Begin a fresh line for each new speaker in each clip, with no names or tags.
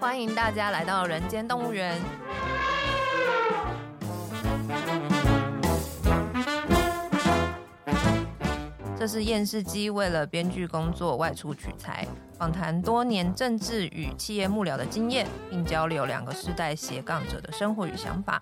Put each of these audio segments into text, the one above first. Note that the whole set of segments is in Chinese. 欢迎大家来到人间动物园。这是验视机为了编剧工作外出取材，访谈多年政治与企业幕僚的经验，并交流两个世代斜杠者的生活与想法。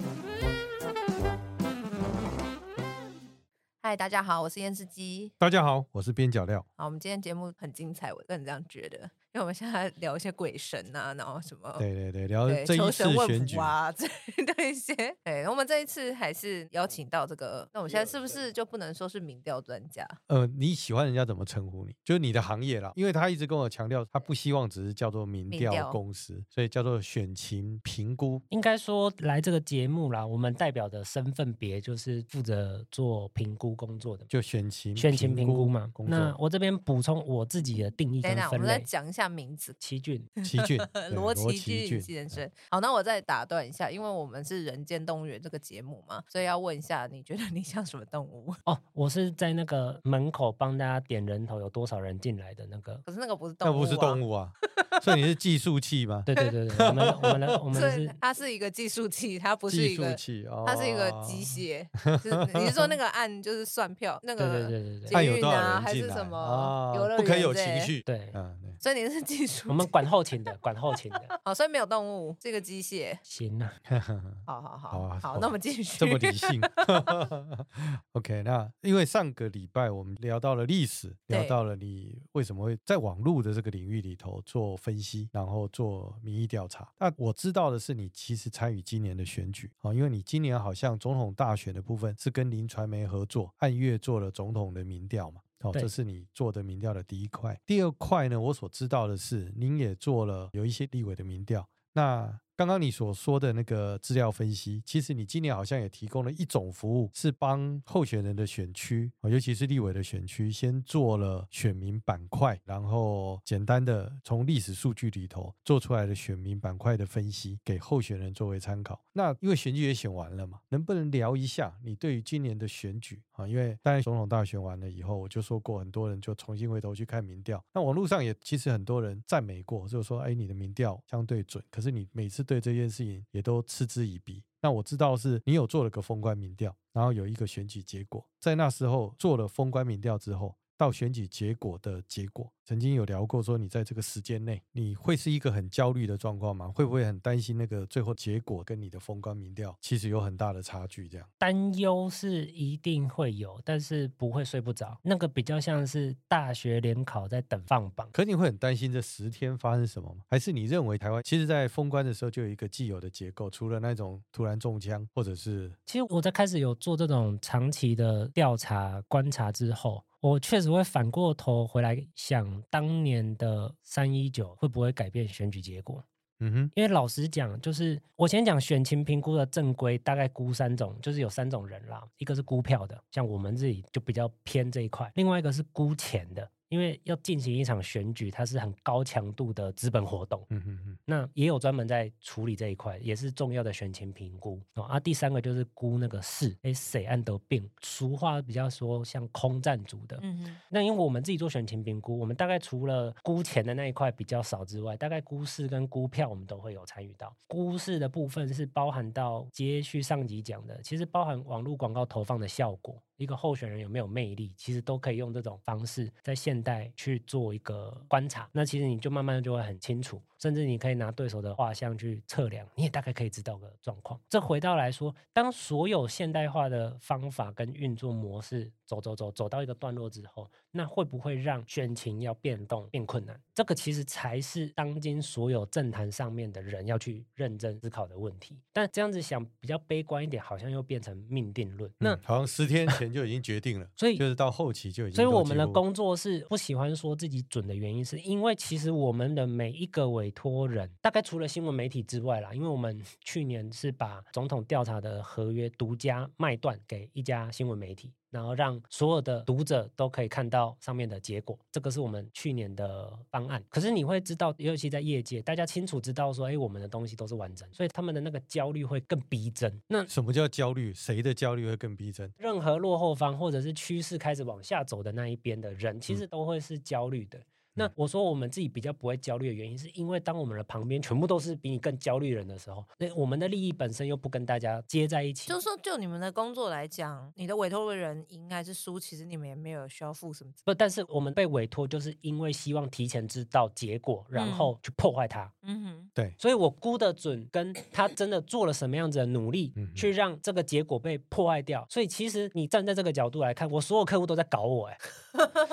嗨，大家好，我是验视机。
大家好，我是边角料。
好，我们今天节目很精彩，我个人这样觉得，因为我们现在聊一些鬼神啊，然后什么
对对对，聊
对
这
求
一次
神问
选举
卜，啊 之类的一些。对，我们这一次还是邀请到这个，那我们现在是不是就不能说是民调专家？
呃，你喜欢人家怎么称呼你，就是你的行业啦。因为他一直跟我强调，他不希望只是叫做民
民
调
调
公司，所以叫做选情评估。
应该说来这个节目啦，我们代表的身份别就是负责做评估工作的嘛，
就选情
选情评估嘛。
嗯工
那
作
我这边补充我自己的定义
等一
跟
下，我
分
们再
类。
讲一下名字。呃
奇俊，
奇俊对
罗
罗
琦
奇
君与其
俊，嗯
人生。好，那我再打断一下，因为我们是《人间动物园》这个节目嘛，所以要问一下，你觉得你像什么动物？
哦，我是在那个门口帮大家点人头，有多少人进来的那个？
可是那个不是动物、
那
啊，
不是动物啊，所以你是计数器吗？
对对对对，我们我们的我们
所
的
以
是
它是一个计数器，它 不是
计
一
数
个，
器，
它是一个
哦
机 械。就是你是说那个按就是算票那
对对
个
对对对
看
捷
有
运
多少
啊
人
还
进
是
来
什么
啊
游乐
不可
园
以有
之类
情绪。
对，
嗯，对
所以你是技术，
我们管后勤的，管后勤的，
好，所以没有动物，这个机械。
行啊，
好好
好
好，
啊
好，
好
那我们继续。
这么理性。OK，那因为上个礼拜我们聊到了历史，聊
对
到了你为什么会在网络的这个领域里头做分析，然后做民意调查。那我知道的是，你其实参与今年的选举啊、哦因为你今年好像总统大选的部分是跟林传媒合作，按月做了总统的民调嘛。哦，
对
这是你做的民调的第一块。第二块呢，我所知道的是，您也做了有一些立委的民调，那刚刚你所说的那个资料分析，其实你今年好像也提供了一种服务，是帮候选人的选区，哦尤其是立委的选区，先做了选民板块，然后简单的从历史数据里头做出来的选民板块的分析，给候选人作为参考。那因为选举也选完了嘛，能不能聊一下你对于今年的选举啊？因为当然总统大选完了以后，我就说过，很多人就重新回头去看民调。那网络上也其实很多人赞美过，就说哎，你的民调相对准，可是你每次对这件事情也都嗤之以鼻。那我知道是你有做了个封关民调，然后有一个选举结果，在那时候做了封关民调之后，到选举结果的结果，曾经有聊过说，你在这个时间内，你会是一个很焦虑的状况吗？会不会很担心那个最后结果跟你的封关民调其实有很大的差距？这样
担忧是一定会有，但是不会睡不着，那个比较像是大学联考在等放榜。
可你会很担心这十天发生什么吗？还是你认为台湾其实，在封关的时候就有一个既有的结构，除了那种突然中枪，或者是
其实我在开始有做这种长期的调查观察之后，我确实会反过头回来想，当年的三一九会不会改变选举结果？
嗯哼，
因为老实讲，就是我先讲选情评估的正规，大概估三种，就是有三种人啦，一个是估票的，像我们自己就比较偏这一块；，另外一个是估钱的，因为要进行一场选举，它是很高强度的资本活动。
嗯哼哼，
那也有专门在处理这一块，也是重要的选前评估哦。啊，第三个就是估那个势，哎，谁按得病？俗话比较说像空战组的。
嗯哼，
那因为我们自己做选前评估，我们大概除了估钱的那一块比较少之外，大概估势跟估票我们都会有参与到。估势的部分是包含到接续上集讲的，其实包含网络广告投放的效果，一个候选人有没有魅力，其实都可以用这种方式在现代去做一个观察。那其实你就慢慢就会很清楚，甚至你可以拿对手的画像去测量，你也大概可以知道个状况。这回到来说，当所有现代化的方法跟运作模式走走走走到一个段落之后，那会不会让选情要变动变困难？这个其实才是当今所有政坛上面的人要去认真思考的问题。但这样子想比较悲观一点，好像又变成命定论。那、，
嗯好像十天前就已经决定了
所以
就是到后期就已经
所以
都
我
几
们的
乎
工作是不喜欢说自己准的原因，是因为其实我们的每一个委托人，大概除了新闻媒体之外啦，因为我们 去年是把总统调查的合约独家卖断给一家新闻媒体。然后让所有的读者都可以看到上面的结果，这个是我们去年的方案。可是你会知道，尤其在业界，大家清楚知道说，哎，我们的东西都是完整，所以他们的那个焦虑会更逼真。那
什么叫焦虑？谁的焦虑会更逼 真？
嗯
任何落后方或者是趋势开始往下走的那一边的人，其实都会是焦虑的。那我说我们自己比较不会焦虑的原因，是因为当我们的旁边全部都是比你更焦虑的人的时候，那我们的利益本身又不跟大家接在一起
就。是说，就你们的工作来讲，你的委托人赢还是输，其实你们也没有需要负什么责。
不，但是我们被委托，就是因为希望提前知道结果，然
嗯
后去破坏它。
嗯哼，
对，
所以我估得准，跟他真的做了什么样子的努力
嗯哼，
去让这个结果被破坏掉。所以其实你站在这个角度来看，我所有客户都在搞我、欸，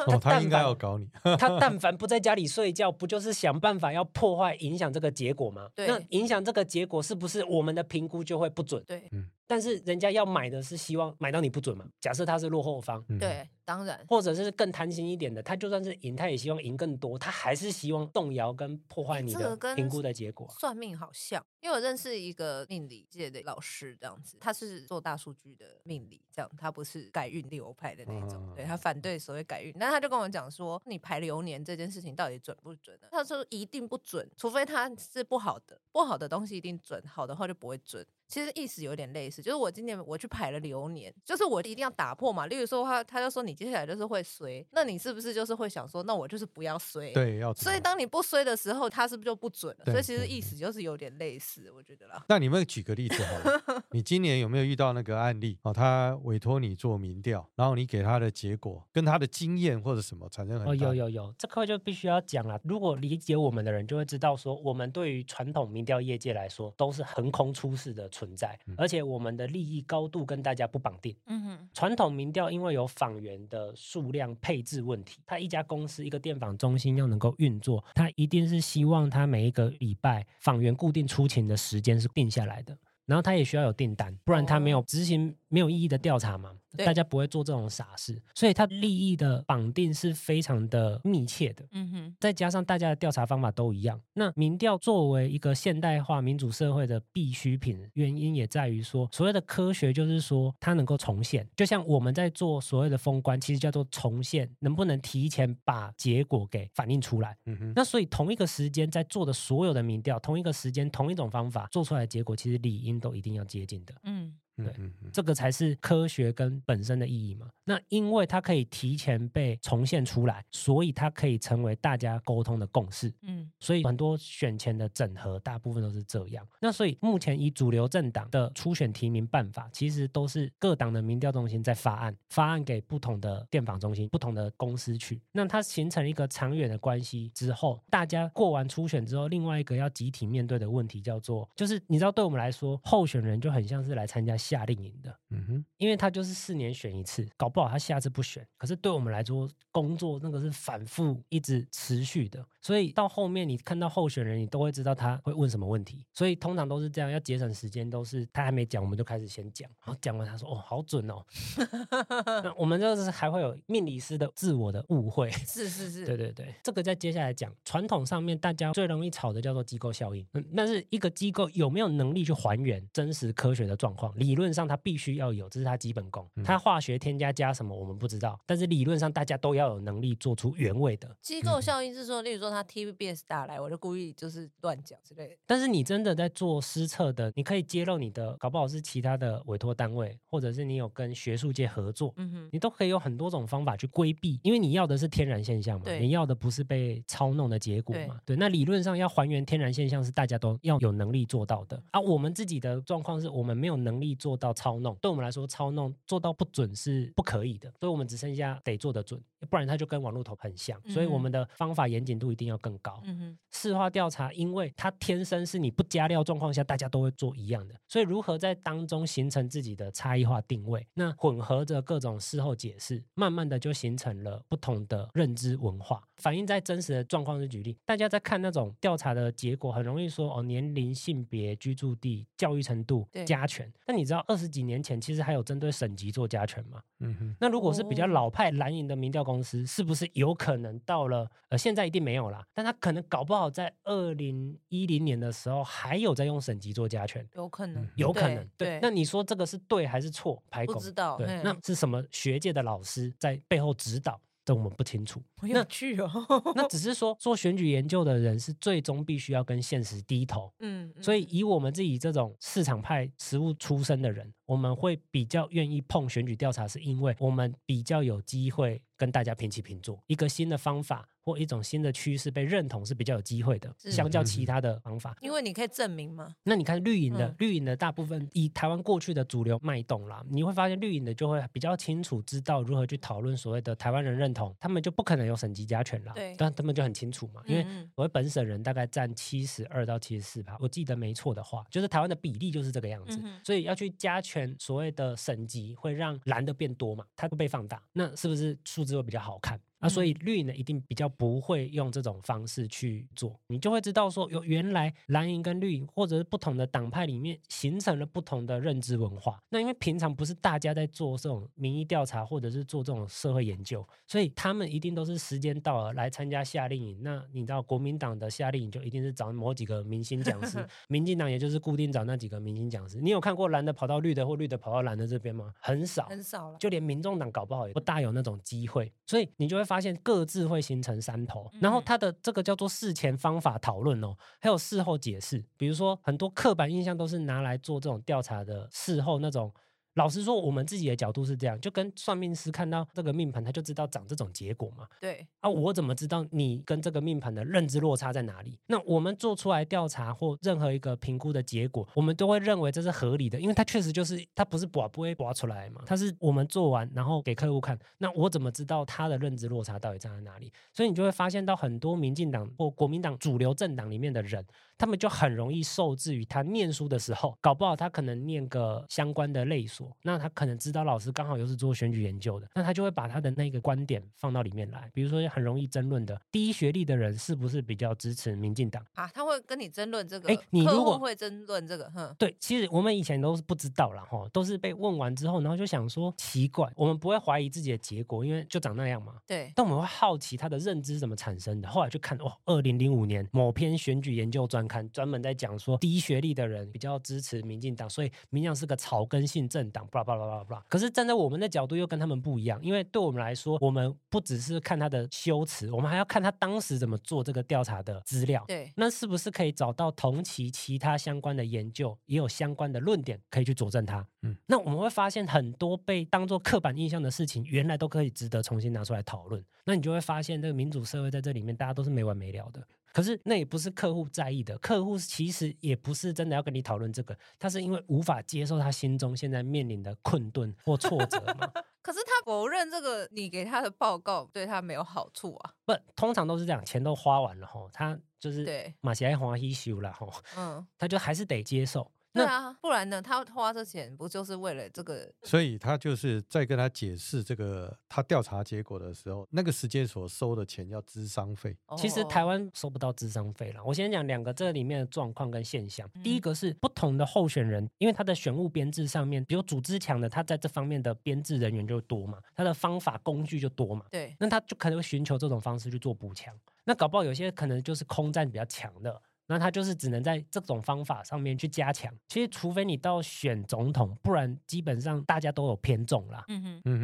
哦，他
但
应该
凡
要搞你，
他但凡不在家里睡觉，不就是想办法要破坏、影响这个结果吗？
对
那影响这个结果是不是我们的评估就会不准？
嗯
对
但是人家要买的是希望买到你不准嘛？假设他是落后方。
嗯，
对，当然，
或者是更贪心一点的，他就算是赢，他也希望赢更多，他还是希望动摇跟破坏
欸
你
这个
的
跟
评估的结果啊。
算命好像，因为我认识一个命理界的老师，这样子，他是做大数据的命理，这样他不是改运流派的那一种，对
嗯
他反对所谓改运，但他就跟我讲说，你排流年这件事情到底准不准啊呢？他说一定不准，除非它是不好的，不好的东西一定准，好的话就不会准。其实意思有点类似，就是我今年我去排了流年，就是我一定要打破嘛。例如说他，他就说你接下来就是会衰，那你是不是就是会想说，那我就是不要衰？
对，要怎
所以
么
当你不衰的时候，它是不是就不准了？所
对
以其实
对
意
对
思就是有点类似，我觉得啦。
那你们举个例子好 了，你今年有没有遇到那个案例哦？他委托你做民调，然后你给他的结果跟他的经验或者什么产生很大
哦，有
的
有有，这块就必须要讲了。如果理解我们的人就会知道说，我们对于传统民调业界来说都是横空出世的存在，而且我们的利益高度跟大家不绑定。
嗯哼，
传统民调因为有访员的数量配置问题，它一家公司一个电访中心要能够运作，它一定是希望它每一个礼拜访员固定出勤的时间是定下来的。然后它也需要有订单，不然它没有执行没有意义的调查嘛，
对
大家不会做这种傻事，所以它利益的绑定是非常的密切的。
嗯哼，
再加上大家的调查方法都一样，那民调作为一个现代化民主社会的必需品，原因也在于说，所谓的科学就是说它能够重现，就像我们在做所谓的封关，其实叫做重现，能不能提前把结果给反映出来？
嗯哼，
那所以同一个时间在做的所有的民调，同一个时间同一种方法做出来的结果，其实理应都一定要接近的。
嗯，
嗯
对
嗯嗯
这个才是科学跟本身的意义嘛。那因为它可以提前被重现出来，所以它可以成为大家沟通的共识。
嗯，
所以很多选前的整合，大部分都是这样。那所以目前以主流政党的初选提名办法，其实都是各党的民调中心在发案，发案给不同的电访中心、不同的公司去。那它形成一个长远的关系之后，大家过完初选之后，另外一个要集体面对的问题叫做，就是你知道，对我们来说，候选人就很像是来参加夏令营的。
嗯哼，
因为他就是四年选一次，搞不好他下次不选。可是对我们来说，工作那个是反复一直持续的，所以到后面你看到候选人，你都会知道他会问什么问题。所以通常都是这样，要节省时间，都是他还没讲，我们就开始先讲，然后讲完他说：“哦，好准哦。” 那我们就是还会有命理师的自我的误会。
是是是，
对对对，这个在接下来讲，传统上面大家最容易吵的叫做机构效应。嗯，但是一个机构有没有能力去还原真实科学的状况？理论上它必须要有，这是它基本功。它化学添加加什么我们不知道，但是理论上大家都要有能力做出原味的。
机构效应是说，例如说他 TVBS 打来，我就故意就是乱讲之类的。
但是你真的在做施测的，你可以揭露你的，搞不好是其他的委托单位，或者是你有跟学术界合作，
嗯哼，
你都可以有很多种方法去规避，因为你要的是天然现象嘛，
对
你要的不是被操弄的结果
对
嘛。对，那理论上要还原天然现象是大家都要有能力做到的啊。我们自己的状况是我们没有能力做到操弄，对我们来说操弄做到不准是不可以的，所以我们只剩下得做得准，不然它就跟网络头很像。所以我
嗯
们的方法严谨度一定要更高。
嗯哼，
市化调查，因为它天生是你不加料状况下，大家都会做一样的，所以如何在当中形成自己的差异化定位，那混合着各种事后解释，慢慢的就形成了不同的认知文化，反映在真实的状况是举例，大家在看那种调查的结果，很容易说哦年龄、性别、居住地、教育程度
对、
加权，那你知道二十几年前其实还有针对省级做加权吗？
嗯哼，
那如果是比较
哦
老派蓝营的民调公司，是不是有可能到了呃现在一定没有啦？但他可能搞不好在二零一零年的时候还有在用省级做加权，
有可能
嗯，
有可
对
能。
对，
那你说这个是对还是错？排
不
狗
知道，
对
嘿，
那是什么学界的老师在背后指导？这我们不清楚。
好有趣哦。
那只是说做选举研究的人是最终必须要跟现实低头，
嗯，
所以
嗯
以我们自己这种市场派实务出身的人，我们会比较愿意碰选举调查，是因为我们比较有机会跟大家平起平坐。一个新的方法或一种新的趋势被认同是比较有机会的，
是
相较
嗯
其他的方法。
因为你可以证明嘛，
那你看绿营的
嗯，
绿营的大部分以台湾过去的主流脉动啦，你会发现绿营的就会比较清楚知道如何去讨论所谓的台湾人认同，他们就不可能有省级加权啦，
对
但他们就很清楚嘛，因为
嗯嗯
所谓本省人大概占七十二到七十四吧，我记得没错的话，就是台湾的比例就是这个样子
嗯，哼
所以要去加权所谓的省级，会让蓝的变多嘛，它会被放大，那是不是数字会比较好看？啊，所以绿营呢一定比较不会用这种方式去做，你就会知道说，有原来蓝营跟绿营或者是不同的党派里面形成了不同的认知文化。那因为平常不是大家在做这种民意调查或者是做这种社会研究，所以他们一定都是时间到了来参加夏令营。那你知道国民党的夏令营就一定是找某几个明星讲师，民进党也就是固定找那几个明星讲师。你有看过蓝的跑到绿的或绿的跑到蓝的这边吗？很少，
很少了。
就连民众党搞不好也不大有那种机会，所以你就会发现各自会形成山头。然后
嗯
它的这个叫做事前方法讨论哦，还有事后解释，比如说很多刻板印象都是拿来做这种调查的事后那种。老实说，我们自己的角度是这样，就跟算命师看到这个命盘，他就知道长这种结果嘛。
对，
啊，我怎么知道你跟这个命盘的认知落差在哪里？那我们做出来调查或任何一个评估的结果，我们都会认为这是合理的，因为它确实就是它不是拔不会拔出来嘛，它是我们做完然后给客户看。那我怎么知道他的认知落差到底站在哪里？所以你就会发现到很多民进党或国民党主流政党里面的人，他们就很容易受制于他念书的时候，搞不好他可能念个相关的类所，那他可能指导老师刚好又是做选举研究的，那他就会把他的那个观点放到里面来。比如说很容易争论的，低学历的人是不是比较支持民进党？
啊，他会跟你争论这个，
哎你
客
如
户
果
会争论这个，哼，
对，其实我们以前都是不知道啦，哈，都是被问完之后，然后就想说奇怪，我们不会怀疑自己的结果，因为就长那样嘛。
对，
但我们会好奇他的认知怎么产生的。后来就看哇，二零零五年某篇选举研究专刊专门在讲说，低学历的人比较支持民进党，所以民进党是个草根性政党，巴拉巴拉巴拉巴拉。可是站在我们的角度又跟他们不一样，因为对我们来说，我们不只是看他的修辞，我们还要看他当时怎么做这个调查的资料。
对，
那是不是可以找到同期其他相关的研究，也有相关的论点可以去佐证它？
嗯
嗯，那我们会发现很多被当做刻板印象的事情，原来都可以值得重新拿出来讨论。那你就会发现，这个民主社会在这里面，大家都是没完没了的。可是那也不是客户在意的，客户其实也不是真的要跟你讨论这个，他是因为无法接受他心中现在面临的困顿或挫折嘛。
可是他否认这个你给他的报告对他没有好处啊，
不，通常都是这样，钱都花完了吼，他就是
对，
马西爱花一修了吼，
嗯。
他就还是得接受。
对
那
啊，不然呢？他花这钱不就是为了这个？
所以他就是在跟他解释这个他调查结果的时候，那个时间所收的钱叫咨商费。
其实台
哦
湾收不到智商费了。我先讲两个这里面的状况跟现象。第一个是不同的候选人，因为他的选务编制上面，比如组织强的，他在这方面的编制人员就多嘛，他的方法工具就多嘛，
对，
那他就可能会寻求这种方式去做补强。那搞不好有些可能就是空战比较强的。那他就是只能在这种方法上面去加强。其实，除非你到选总统，不然基本上大家都有偏重啦。
嗯哼，
嗯嗯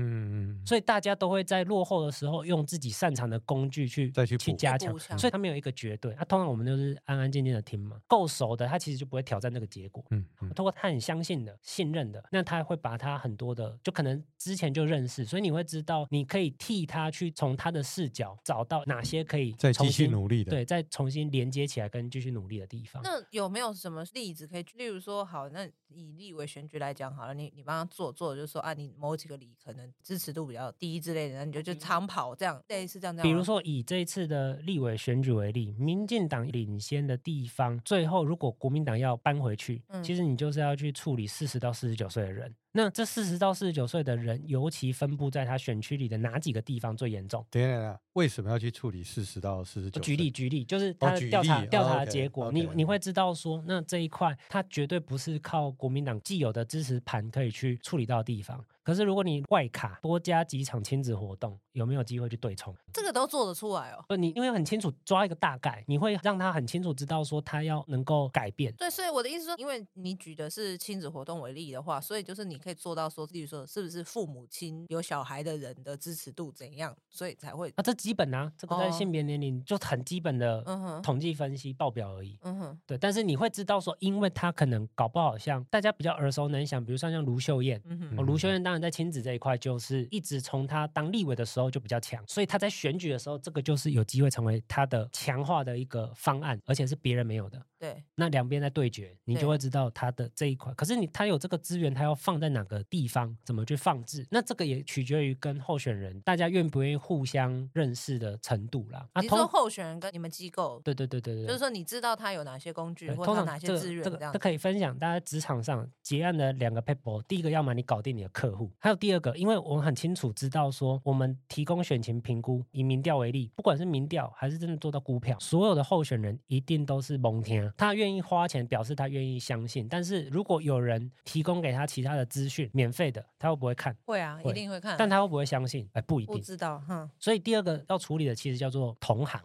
嗯嗯，
所以大家都会在落后的时候用自己擅长的工具去
再去
去
补
加
去
强
补，强
所以他没有一个绝对。啊，通常我们就是安安静静的听嘛，够熟的他其实就不会挑战这个结果。
嗯嗯，
通过他很相信的、信任的，那他会把他很多的，就可能之前就认识，所以你会知道，你可以替他去从他的视角找到哪些可以
再
重
继续
新
努力的。
对，再重新连接起来跟继续努力的地方。
那有没有什么例子可以举？例如说，好，那以立委选举来讲好了，你你帮他做做，就说啊，你某几个里可能支持度比较低之类的，那你就就长跑这样，类似这样这样。
比如，说以这一次的立委选举为例，民进党领先的地方，最后如果国民党要搬回去，
嗯
其实你就是要去处理四十到四十九岁的人。那这四十到四十九岁的人，尤其分布在他选区里的哪几个地方最严重？
等一下等一下，为什么要去处理四十到四十九？
举例，举例，就是他
呃举
的调查、
例
调
哦
查的
，OK，
结果，你
OK，
你会知道说，那这一块他绝对不是靠国民党既有的支持盘可以去处理到的地方。可是如果你外卡多加几场亲子活动，有没有机会去对冲？
这个都做得出来哦。
呃不，你因为很清楚抓一个大概，你会让他很清楚知道说他要能够改变。
对，所以我的意思说，因为你举的是亲子活动为例的话，所以就是你可以做到说，例如说是不是父母亲有小孩的人的支持度怎样，所以才会，
啊，这基本啊，这个在
哦
性别年龄就很基本的
嗯哼，
统计分析报表而已。
嗯哼，
对，但是你会知道说，因为他可能搞不好像大家比较耳熟能详，比如像像卢秀燕。
嗯
哦，
哼，
卢
嗯
秀燕当然在亲子这一块，就是一直从她当立委的时候就比较强，所以她在选举的时候，这个就是有机会成为她的强化的一个方案，而且是别人没有的。
对，
那两边在对决，你就
对
会知道他的这一块。可是你他有这个资源，他要放在哪个地方，怎么去放置？那这个也取决于跟候选人大家愿不愿意互相认识的程度啦。啊，
你说
通
候选人跟你们机构，
对对对对对，
就是说你知道他有哪些工具
对
或
通
他
常
哪
这
些
个
资源
这
这
个
样
这，可以分享。大家职场上结案的两个 paper，第一个要么你搞定你的客户，还有第二个，因为我们很清楚知道说，我们提供选情评估，以民调为例，不管是民调还是真的做到估票，所有的候选人一定都是蒙天，他愿意花钱，表示他愿意相信。但是如果有人提供给他其他的资讯，免费的，他会不会看？
会啊，
会
一定会看，
但他会不会相信？哎，不一
不
定。
知道，哼，
所以第二个要处理的其实叫做同行。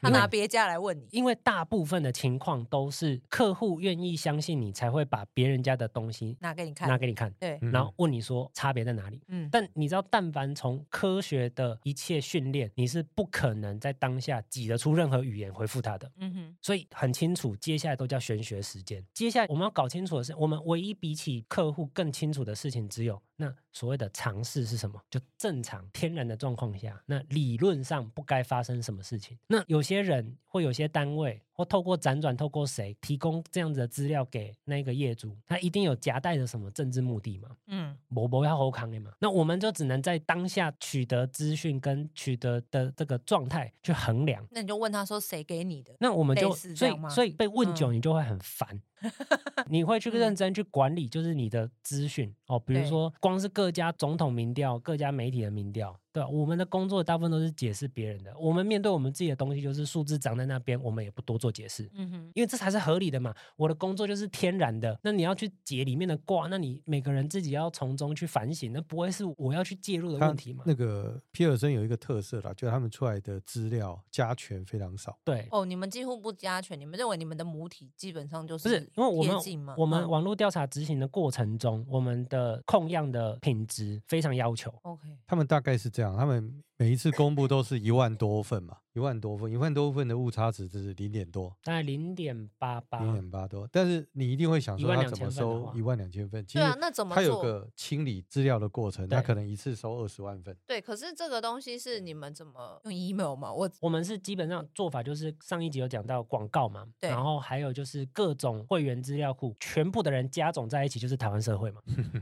他
因为
拿别家来问你，
因为大部分的情况都是客户愿意相信你，才会把别人家的东西
拿给你看
拿，给你看，
对，
嗯
然后问你说差别在哪里。
嗯，
但你知道，但凡从科学的一切训练，你是不可能在当下挤得出任何语言回复他的。
嗯哼，
所以很清楚，接下来都叫玄学时间。接下来我们要搞清楚的是，我们唯一比起客户更清楚的事情，只有那所谓的常识是什么？就正常天然的状况下，那理论上不该发生什么事情。那有些人或有些单位。或透过辗转，透过谁提供这样子的资料给那个业主，他一定有夹带着什么政治目的嘛？
嗯，
某某要后扛的嘛，那我们就只能在当下取得资讯跟取得的这个状态去衡量。
那你就问他说谁给你的，
那我们
类
就
似这
所
样吗
以所以被问久，你就会很烦， 你会去
嗯
认真去管理，就是你的资讯哦，比如
对
说光是各家总统民调、各家媒体的民调，对吧我们的工作大部分都是解释别人的，我们面对我们自己的东西，就是数字长在那边，我们也不多做解释。
嗯哼，
因为这才是合理的嘛。我的工作就是天然的，那你要去解里面的卦，那你每个人自己要从中去反省，那不会是我要去介入的
他
问题嘛？
那个皮尔森有一个特色啦，就是他们出来的资料加权非常少。
对，
哦，你们几乎不加权，你们认为你们的母体基本上就
不是因为我
贴
们
近吗？
我们
嗯
网络调查执行的过程中，我们的控样的品质非常要求。
OK，
他们大概是这样，他们每一次公布都是一万多份嘛，一万多份，一万多份的误差值就是零点多，
大概零点八八，
零点八多。但是啊你一定会想说，他怎么
12,000份的
收
话
一万两千份？其
对
实
啊，那怎么
他有
做？
个清理资料的过程，他
对
可能一次收二十万份。
对，可是这个东西是你们怎么用 email 吗？我
我们是基本上做法就是上一集有讲到广告嘛，
对
然后还有就是各种会员资料库，全部的人加总在一起就是台湾社会嘛。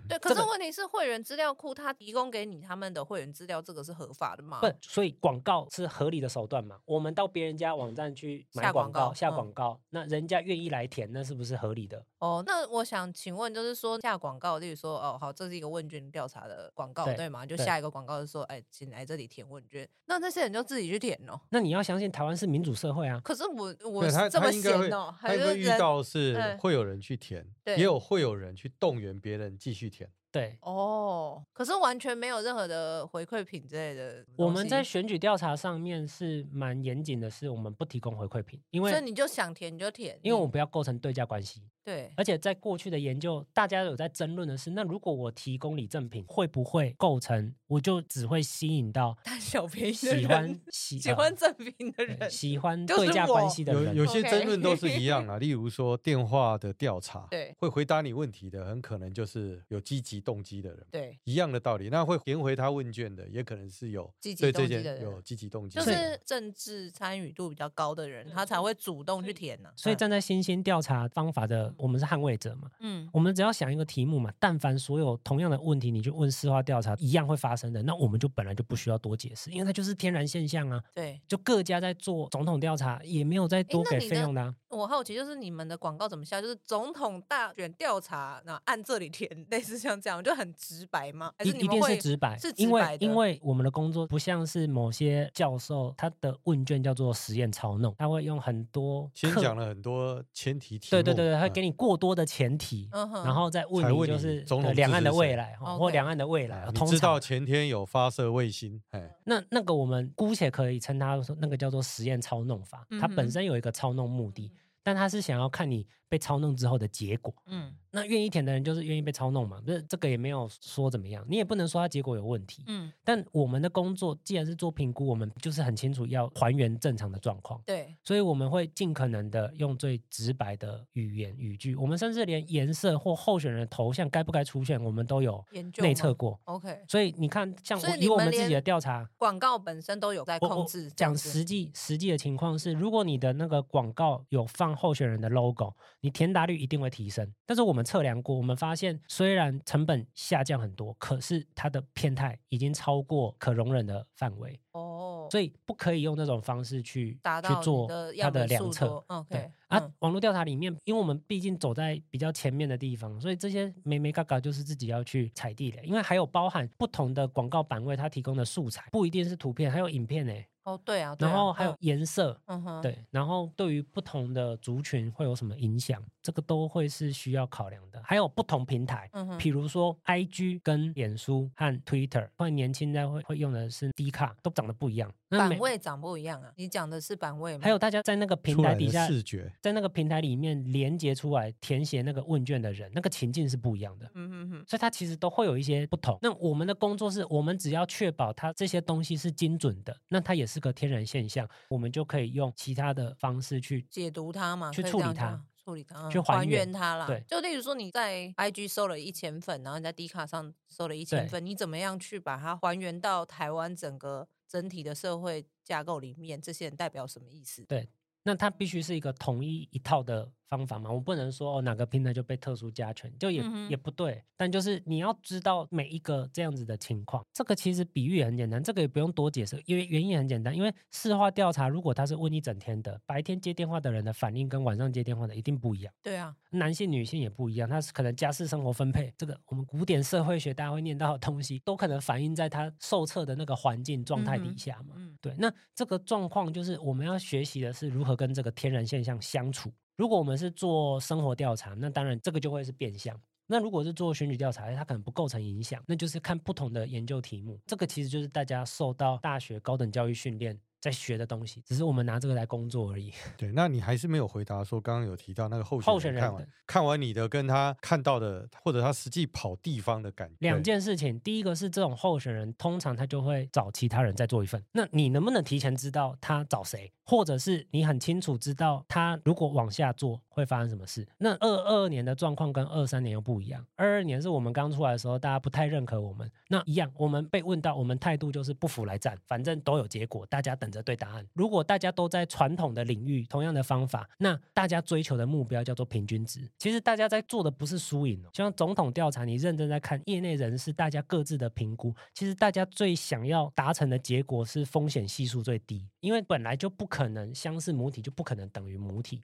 对，可
这
是
个
问题是会员资料库它提供给你他们的会员资料，这个是合法的吗？
不，所以广告是合理的手段嘛？我们到别人家网站去买
下
广
广
告、
告
下
嗯
广告，那人家愿意来填，那是不是合理的？
哦，那我想请问，就是说下广告，例如说，哦，好，这是一个问卷调查的广告，
对
对吗？就
对
下一个广告就说，哎，请来这里填问卷，那这些人就自己去填哦。
那你要相信台湾是民主社会啊，
可是我我
对他，
是这
他
么
应该会
闲哦，，
他
还
应该
是
遇
人
到是
嗯
会有人去填，
对
也有会有人去动员别人继续填。
对。
哦，可是完全没有任何的回馈品之类的东西。
我们在选举调查上面是蛮严谨的，是我们不提供回馈品，因
所以
为
你就想填你就填，
因为
你
我不要构成对价关系。
对
而且在过去的研究，大家有在争论的是，那如果我提供礼赠品，会不会构成？我就只会吸引到
贪小便宜的
喜欢
人，
喜
喜
呃
欢赠品的
对
人，
喜欢
就是
对价关
我
系的
有
人。
有些争
OK
论都是一 样啊，例如说电话的调查，
对
会回答你问题的，很可能就是有积极动机的人。
对，
一样的道理，那会填回他问卷的，也可能是有
积极
对
动
这
机
件
的人
有积极动机
就
的人，
是政治参与度比较高的人，他才会主动去填呢、
所以站在新兴调查方法的，我们是捍卫者嘛。
嗯，
我们只要想一个题目嘛，但凡所有同样的问题，你去问市化调查，一样会发生的。那我们就本来就不需要多解释，因为它就是天然现象啊。
对。
就各家在做总统调查，也没有再多
那
给
你
费
的
用的、啊。
我我好奇就是你们的广告怎么下？就是总统大选调查，那按这里填， 类似像这样，就很直白吗？还
一
是你
一
们
定
会
是直白，
是直
因
白
为
的？
因为我们的工作不像是某些教授，他的问卷叫做实验操弄，他会用很多
先
客
讲了很多前提题
对
目，
对对，对他
嗯
给你过多的前提，
嗯哼
然后再问
才问
就
你
是
总
呃
统
两
支
岸
持
的未
谁
来哦
OK
或两岸的未来
哎，
哦
你
通
知道
常
前天有发射卫星，
嗯
哎，
那那个我们姑且可以称它说那个叫做实验操弄法，它
嗯哼
本身有一个操弄目的，但它是想要看你被操弄之后的结果。
嗯
那愿意填的人就是愿意被操弄嘛，这这个也没有说怎么样，你也不能说它结果有问题。
嗯，
但我们的工作既然是做评估，我们就是很清楚要还原正常的状况，
对，
所以我们会尽可能的用最直白的语言语句，我们甚至连颜色或候选人的头像该不该出现，我们都有
研究
内
吗
测过。
OK，
所以你看，像
所以
我
你
以我
们
们自己
连
的调查，
广告本身都有在
我
控
我
制这样
讲
子，
实际实际的情况是，如果你的那个广告有放候选人的 logo，你填答率一定会提升。但是我们测量过，我们发现虽然成本下降很多，可是它的偏态已经超过可容忍的范围，
哦，
所以不可以用这种方式去
达
去
到你
做
的
它
样
的
本
量
数
测。
多
对
，OK
啊，
嗯
网络调查里面，因为我们毕竟走在比较前面的地方，所以这些没没嘎嘎就是自己要去踩地雷，因为还有包含不同的广告版位，它提供的素材不一定是图片，还有影片呢、
哦，对啊，对
然
啊
后还有
嗯
颜色，
嗯哼，
对，然后对于不同的族群会有什么影响，这个都会是需要考量的。还有不同平台，
嗯哼，
比如说 I G 跟脸书和 Twitter，或者年轻人会会用的是 D 卡，都长得不一样。那
版
每
位长不一样啊，你讲的是版位吗？
还有大家在那个平
出来
台
的
底下，
视觉，
在那个平台里面连接出来填写那个问卷的人，那个情境是不一样的。
嗯哼哼，
所以它其实都会有一些不同。那我们的工作是我们只要确保它这些东西是精准的，那它也是个天然现象，我们就可以用其他的方式去
解读它嘛，
去
可以
处
这
理
样
它
讲，处理它，
去
嗯
还
还
原
原它啦。
对
就例如说你在 IG 收了一千份，然后你在 D 卡上收了一千
对
份，你怎么样去把它还原到台湾整个整体的社会架构里面？这些人代表什么意思？
对那它必须是一个统一一套的方法嘛？我不能说哦哪个平台就被特殊加权，就也、
嗯哼
也不对。但就是你要知道每一个这样子的情况，这个其实比喻也很简单，这个也不用多解释，因为原因也很简单。因为市话调查如果它是问一整天的，白天接电话的人的反应跟晚上接电话的一定不一样，
对啊，
男性女性也不一样，他是可能家事生活分配这个我们古典社会学大家会念到的东西，都可能反映在他受测的那个环境状态
嗯
底
哼
下嘛。
嗯，
对，那这个状况就是我们要学习的是如何跟这个天然现象相处。如果我们是做生活调查，那当然这个就会是变相。那如果是做选举调查，它可能不构成影响，那就是看不同的研究题目。这个其实就是大家受到大学高等教育训练在学的东西，只是我们拿这个来工作而已。
对，那你还是没有回答说，刚刚有提到那个候
候
选
选
人
人
看完
的
看完你的跟他看到的，或者他实际跑地方的感觉，
两件事情，第一个是这种候选人通常他就会找其他人再做一份，那你能不能提前知道他找谁，或者是你很清楚知道他如果往下做会发生什么事？那二二年的状况跟二三年又不一样，二二年是我们刚出来的时候，大家不太认可我们，那一样，我们被问到，我们态度就是不服来战，反正都有结果，大家等着对答案。如果大家都在传统的领域，同样的方法，那大家追求的目标叫做平均值。其实大家在做的不是输赢哦，就像总统调查，你认真在看业内人士大家各自的评估，其实大家最想要达成的结果是风险系数最低，因为本来就不可能相似母体就不可能等于母体，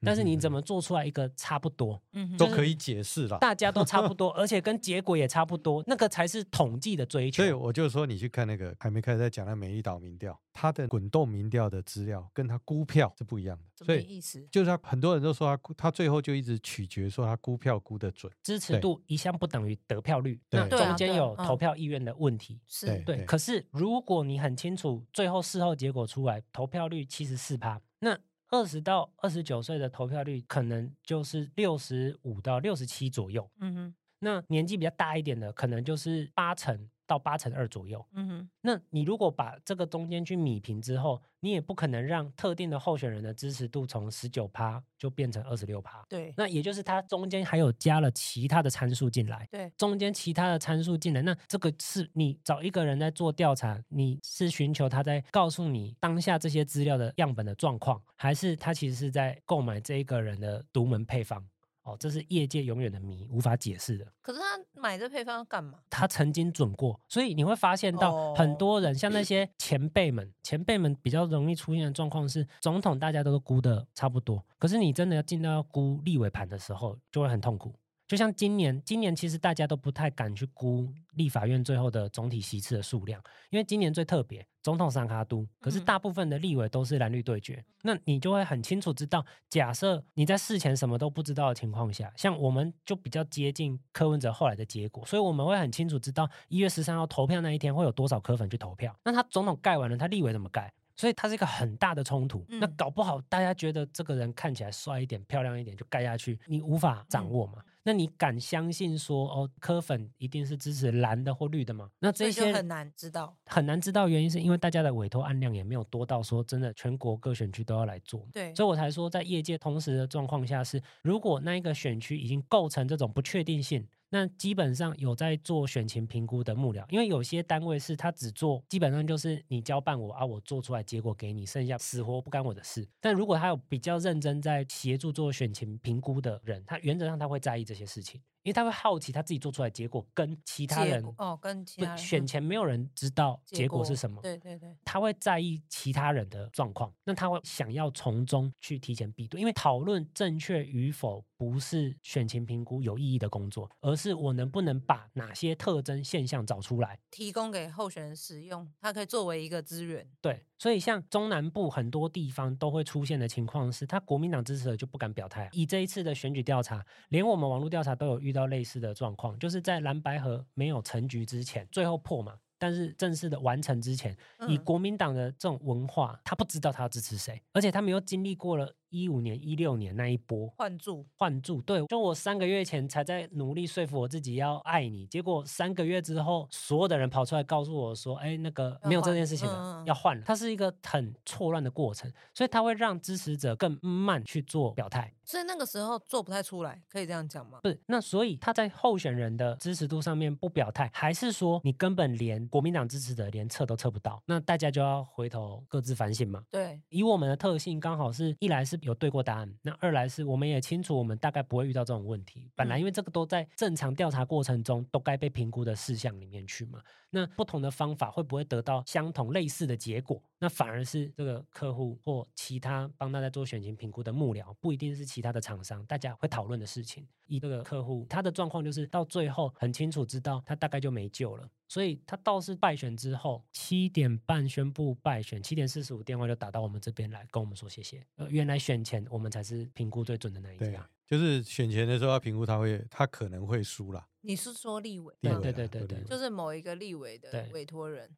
嗯
但是你怎么做出来一个差不多？
嗯哼
都可以解释啦。
大家都差 不多，而且跟结果也差不多，那个才是统计的追求。
所以我就说，你去看那个还没开始在讲那美丽岛民调，它的滚动民调的资料跟它估票是不一样的，
什么
所以
意思？
就是他很多人都说他估，他最后就一直取决说他估票估的准，
支持
对
度一向不等于得票率，那
对对啊
中间
对
有
嗯
投票意愿的问题。
是
对
对，可是如果你很清楚最后事后结果出来，投票率七十四趴，那二十到二十九岁的投票率可能就是六十五到六十七左右，
嗯哼，
那年纪比较大一点的可能就是八成到八成二左右。
嗯哼，
那你如果把这个中间去米平之后，你也不可能让特定的候选人的支持度从十九趴就变成二十六趴。
对，
那也就是它中间还有加了其他的参数进来，
对，
中间其他的参数进来，那这个是你找一个人在做调查，你是寻求他在告诉你当下这些资料的样本的状况，还是他其实是在购买这一个人的独门配方？哦，这是业界永远的谜，无法解释的。
可是他买这配方要干嘛？
他曾经准过，所以你会发现到很
哦
多人，像那些前辈们，前辈们比较容易出现的状况是，总统大家都估的差不多，可是你真的要进到要估立委盘的时候，就会很痛苦。就像今年，今年其实大家都不太敢去估立法院最后的总体席次的数量，因为今年最特别，总统三卡都，可是
嗯
大部分的立委都是蓝绿对决，那你就会很清楚知道，假设你在事前什么都不知道的情况下，像我们就比较接近柯文哲后来的结果，所以我们会很清楚知道一月十三号投票那一天会有多少柯粉去投票，那他总统盖完了，他立委怎么盖？所以它是一个很大的冲突。那
嗯
搞不好大家觉得这个人看起来帅一点、漂亮一点就盖下去，你无法掌
嗯
握嘛？那你敢相信说哦，柯粉一定是支持蓝的或绿的吗？那
所
这
以
些
就很难知道。
很难知道原因，是因为大家的委托案量也没有多到说真的全国各选区都要来做。
对，
所以我才说，在业界同时的状况下是，如果那一个选区已经构成这种不确定性，那基本上有在做选情评估的幕僚，因为有些单位是他只做，基本上就是你交办我啊，我做出来结果给你，剩下死活不干我的事。但如果他有比较认真在协助做选情评估的人，他原则上他会在意这些事情，因为他会好奇他自己做出来的结果跟其他
结
人
果哦，跟其
不
他人
选
嗯
前没有人知道结果是什么，
对对对，
他会在意其他人的状况，那他会想要从中去提前避对，因为讨论正确与否不是选情评估有意义的工作，而是我能不能把哪些特征现象找出来。
提供给候选人使用，它可以作为一个资源。
对，所以像中南部很多地方都会出现的情况是，他国民党支持者就不敢表态啊。以这一次的选举调查，连我们网络调查都有遇到类似的状况，就是在蓝白河没有成局之前，最后破嘛。但是正式的完成之前，以
嗯
国民党的这种文化，他不知道他要支持谁，而且他们又经历过了一五年、一六年那一波
换注，
换柱，对，就我三个月前才在努力说服我自己要爱你，结果三个月之后，所有的人跑出来告诉我说，哎，那个
要
没有这
换
件事情了，
嗯嗯嗯
要换了。它是一个很错乱的过程，所以它会让支持者更慢去做表态。
所以那个时候做不太出来，可以这样讲 吗？
不是，那所以他在候选人的支持度上面不表态，还是说你根本连国民党支持者连测都测不到？那大家就要回头各自反省嘛。
对，
以我们的特性，刚好是一来是有对过答案，那二来是我们也清楚我们大概不会遇到这种问题。本来因为这个都在正常调查过程中都该被评估的事项里面去嘛，那不同的方法会不会得到相同类似的结果？那反而是这个客户或其他帮他在做选情评估的幕僚，不一定是其他的厂商，大家会讨论的事情。以这个客户他的状况就是到最后很清楚知道他大概就没救了，所以他倒是败选之后，七点半宣布败选，七点四十五电话就打到我们这边来跟我们说谢谢。呃，原来选前我们才是评估最准的那一
对
家。，
就是选前的时候要评估他会，他可能会输啦。
你是说立委
地
对
吗？
位
对
啦
对对
有
对
地位
就是某一个立委的
对
委托人。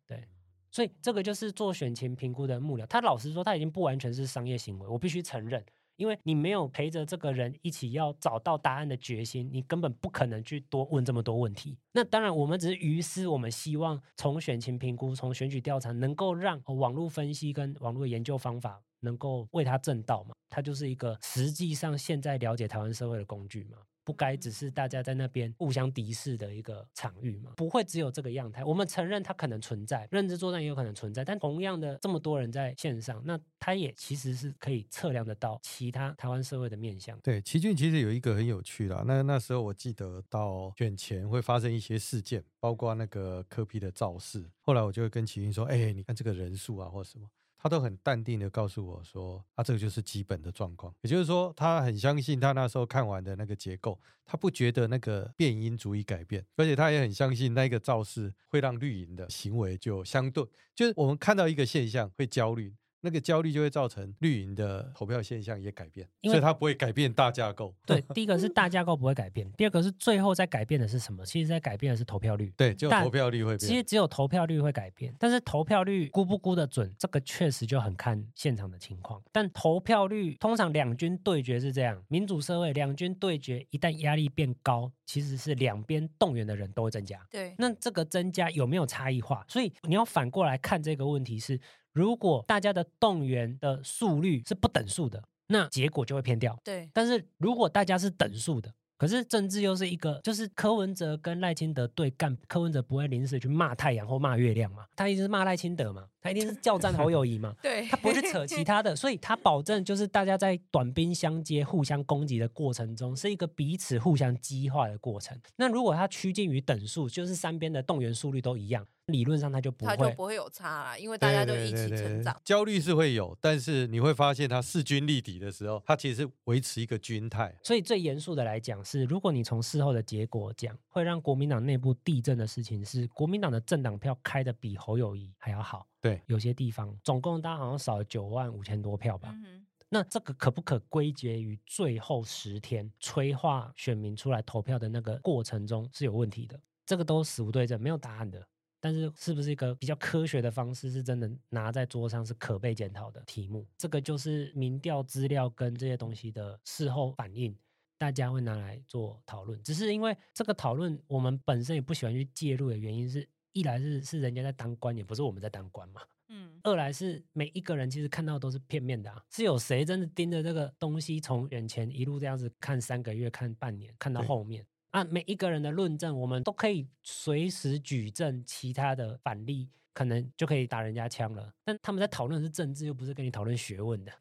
所以这个就是做选前评估的幕僚。他老实说，他已经不完全是商业行为，我必须承认，因为你没有陪着这个人一起要找到答案的决心，你根本不可能去多问这么多问题。那当然，我们只是于私，我们希望从选情评估、从选举调查，能够让呃网络分析跟网络研究方法能够为他正道嘛。它就是一个实际上现在了解台湾社会的工具嘛。不该只是大家在那边互相敌视的一个场域嘛，不会只有这个样态。我们承认它可能存在，认知作战也有可能存在，但同样的这么多人在线上，那它也其实是可以测量得到其他台湾社会的面向。
对，奇骏其实有一个很有趣啦。那那时候我记得到选前会发生一些事件，包括那个科批的造势。后来我就会跟奇骏说：“哎、你看这个人数啊，或什么。”他都很淡定的告诉我说：“啊，这个就是基本的状况。”也就是说，他很相信他那时候看完的那个结构，他不觉得那个变因足以改变，而且他也很相信那个造势会让绿营的行为就相对，就是我们看到一个现象会焦虑，那个焦虑就会造成绿营的投票现象也改变，
因
所
为
以它不会改变大架构。
对，第一个是大架构不会改变，第二个是最后在改变的是什么？其实在改变的是投票率。
对，就
但
投票率会
其实
变。
只有投票率会改变，但是投票率估不估得准，这个确实就很看现场的情况。但投票率通常两军对决是这样，民主社会两军对决，一旦压力变高，其实是两边动员的人都会增加。
对，
那这个增加有没有差异化？所以你要反过来看这个问题是，如果大家的动员的速率是不等速的，那结果就会偏掉。
对，，
但是如果大家是等数的，可是政治又是一个，就是柯文哲跟赖清德对干，柯文哲不会临时去骂太阳或骂月亮嘛，他一直骂赖清德嘛。他一定是叫战侯友谊嘛
对，
他不会去扯其他的，所以他保证就是大家在短兵相接、互相攻击的过程中，是一个彼此互相激化的过程。那如果它趋近于等数，就是三边的动员速率都一样，理论上它就不
他就
会。
不会有差啦，因为大
对
家都
对
一
对
起成
对
长。
焦虑是会有，但是你会发现他势均力敌的时候，他其实是维持一个均态。
所以最严肃的来讲是，如果你从事后的结果讲，会让国民党内部地震的事情是，国民党的政党票开的比侯友谊还要好。
对，
有些地方总共大家好像少了九万五千多票吧。
嗯哼，
那这个可不可归结于最后十天催化选民出来投票的那个过程中是有问题的？这个都死无对证，没有答案的。但是是不是一个比较科学的方式，是真的拿在桌上是可被检讨的题目？这个就是民调资料跟这些东西的事后反应。大家会拿来做讨论，只是因为这个讨论我们本身也不喜欢去介入的原因是，一来是是人家在当官，也不是我们在当官嘛，
嗯，
二来是每一个人其实看到都是片面的啊，是有谁真的盯着这个东西从眼前一路这样子看三个月、看半年、看到
对
后面啊？每一个人的论证，我们都可以随时举证其他的反例，可能就可以打人家枪了。但他们在讨论的是政治，又不是跟你讨论学问的。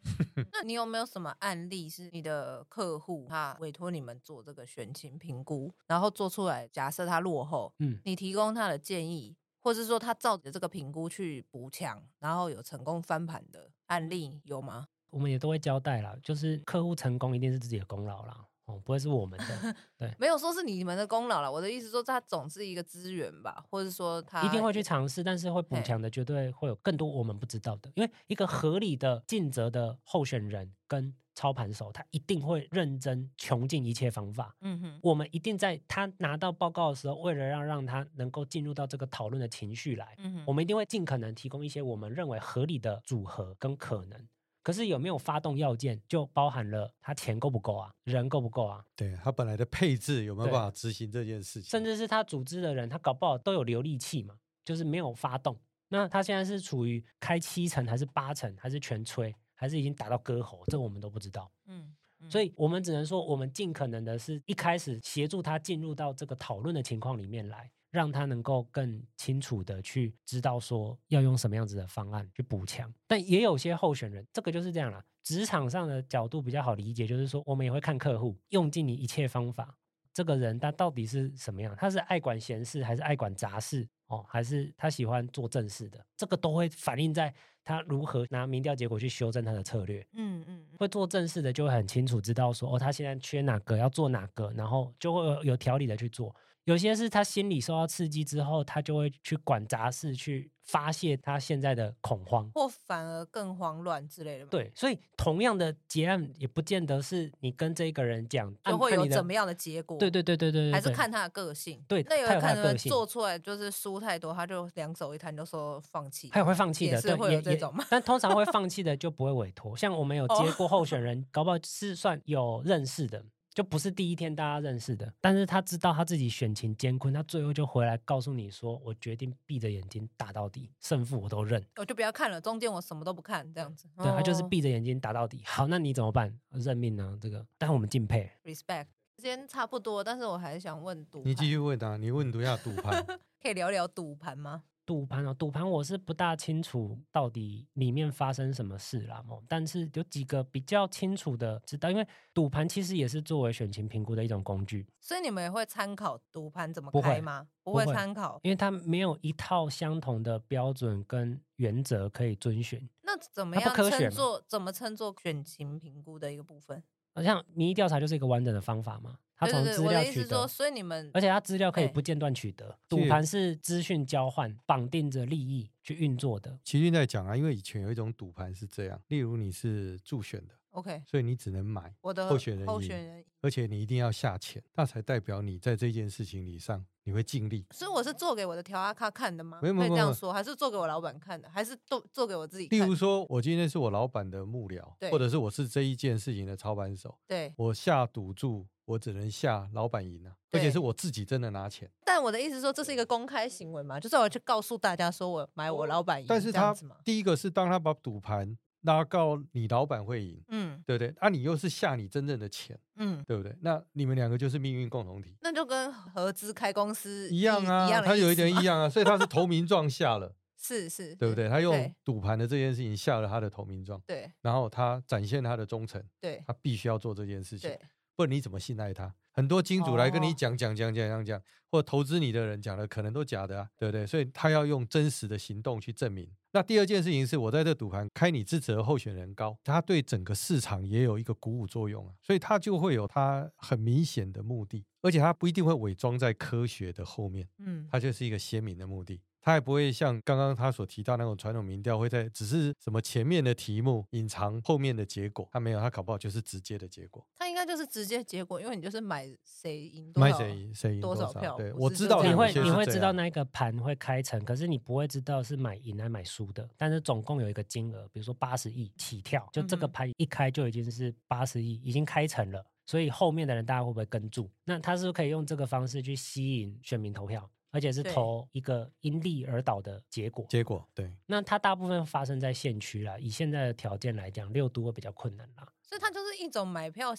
那你有没有什么案例是你的客户他委托你们做这个选情评估，然后做出来，假设他落后，
嗯，
你提供他的建议，或是说他照着这个评估去补强，然后有成功翻盘的案例有吗？
我们也都会交代啦，就是客户成功一定是自己的功劳啦，哦，不会是我们的，
没有说是你们的功劳了，我的意思说他总是一个资源吧，或者说他
一定会去尝试，但是会补
啊嘿
强的，绝对会有更多我们不知道的。因为一个合理的尽责的候选人跟操盘手，他一定会认真穷尽一切方法。
嗯哼，
我们一定在他拿到报告的时候，为了让让他能够进入到这个讨论的情绪来，
嗯哼，
我们一定会尽可能提供一些我们认为合理的组合跟可能。可是有没有发动要件，就包含了他钱够不够啊，人够不够啊，
对他本来的配置有没有
对
办法执行这件事情？
甚至是他组织的人，他搞不好都有流力器嘛，就是没有发动。那他现在是处于开七成还是八成，还是全吹，还是已经打到割喉，这我们都不知道。
嗯，嗯
所以我们只能说，我们尽可能的是一开始协助他进入到这个讨论的情况里面来，让他能够更清楚的去知道说要用什么样子的方案去补强。但也有些候选人，这个就是这样啦，职场上的角度比较好理解，就是说我们也会看客户，用尽你一切方法。这个人他到底是什么样？他是爱管闲事，还是爱管杂事？哦，还是他喜欢做正事的？这个都会反映在他如何拿民调结果去修正他的策略。
嗯嗯嗯
会做正事的就会很清楚知道说，哦，他现在缺哪个，要做哪个，然后就会有有条理的去做。有些是他心理受到刺激之后，他就会去管杂事，去发泄他现在的恐慌。
或反而更慌乱之类的嘛，，
对，所以同样的结案也不见得是你跟这个人讲，按
就会
按
有
你的
怎么样的结果？
对对对对对对，
还是
对
看他的个性。
对
那有
他有他
可
的
能
个性
做出来就是输太多，他就两手一摊就说放弃。
他也会放弃
也
的，
是
对，
会有这
也
种吗
但通常会放弃的就不会委托。像我们有
哦
接过 候选人，搞不好是算有认识的，就不是第一天大家认识的，但是他知道他自己选情艰困，他最后就回来告诉你说：“我决定闭着眼睛打到底，胜负我都认。”
我就不要看了，中间我什么都不看，这样子。
对，他就是
哦
闭着眼睛打到底。好，那你怎么办？认命啊，这个，但我们敬佩。
respect。时间差不多，但是我还是想问赌
你继
盘，
续问啊，你问一下赌盘，
可以聊聊赌盘吗？
赌盘哦，赌盘我是不大清楚到底里面发生什么事啦，哦，但是有几个比较清楚的知道，因为赌盘其实也是作为选情评估的一种工具，
所以你们也会参考赌盘怎么
不会
开吗？不
不
会
会
参考，
因为它没有一套相同的标准跟原则可以遵循。
那怎么
它不
样
科学
称
嘛
作怎么称作选情评估的一个部分？
好呃像民意调查就是一个完整的方法嘛，它
对
从
对对，
资
我
料
的意
取
思说，
得，
所以你们
而且它资料可以
哎
不间断取得。
其
赌
实
盘是资讯交换，绑定着利益去运作的。
其实在讲啊，因为以前有一种赌盘是这样，例如你是助选的，
OK，
所以你只能买，
我的
候选人
呃候
赢
选人，
而且你一定要下钱，那才代表你在这件事情里上你会尽力。
所以我是做给我的调阿卡看的吗？
没有没
可
有
以这
没有
样说，还是做给我老板看的，还是做做给我自己
例
看
如
的？
说，我今天是我老板的幕僚，或
对
者是我是这一件事情的操盘手，
对，
我下赌注，我只能下老板赢啊，而且
对
是我自己真的拿钱。
但我的意思是说，这是一个公开行为嘛，就是我去告诉大家说我买我老板赢，
但是
这样
他
子嘛，
第一个是当他把赌盘拉到你老板会赢，
嗯
对不对？啊，你又是下你真正的钱，
嗯，
对不对？那你们两个就是命运共同体。
那就跟合资开公司
一样啊
一样，的
他有一
意思
点
嘛
一样啊，所以他是投名状下了，
是是，
对不对？他用
对
赌盘的这件事情下了他的投名状，
对
然后他展现他的忠诚，
对
他必须要做这件事情
对，，
不然你怎么信赖他？很多金主来跟你
哦
讲讲讲讲讲讲，或投资你的人讲的可能都假的啊，对不对？所以他要用真实的行动去证明。那第二件事情是我在这赌盘开你支持的候选人高，他对整个市场也有一个鼓舞作用啊，所以他就会有他很明显的目的，而且他不一定会伪装在科学的后面。
嗯，
它就是一个鲜明的目的。它也不会像刚刚他所提到那种传统民调，会在只是什么前面的题目隐藏后面的结果，它没有，它搞不好就是直接的结果，
他应该就是直接结果，因为你就是买谁赢多
买
少，
谁赢谁赢
多
少
少。票
对，
我
我
是
知
这
道
样
你
有
会
些
你
是
会
这
知道
样
那一个盘会开成，可是你不会知道是买赢还买输的。但是总共有一个金额，比如说八十亿起跳，就这
嗯
个
哼
盘一开就已经是八十亿，已经开成了。所以后面的人大家会不会跟住？那他是不是可以用这个方式去吸引选民投票，而且是
对
投一个因利而倒的结果？
结果，对，
那它大部分发生在县区啦，以现在的条件来讲，六都会比较困难啦，
所以他就是一种买票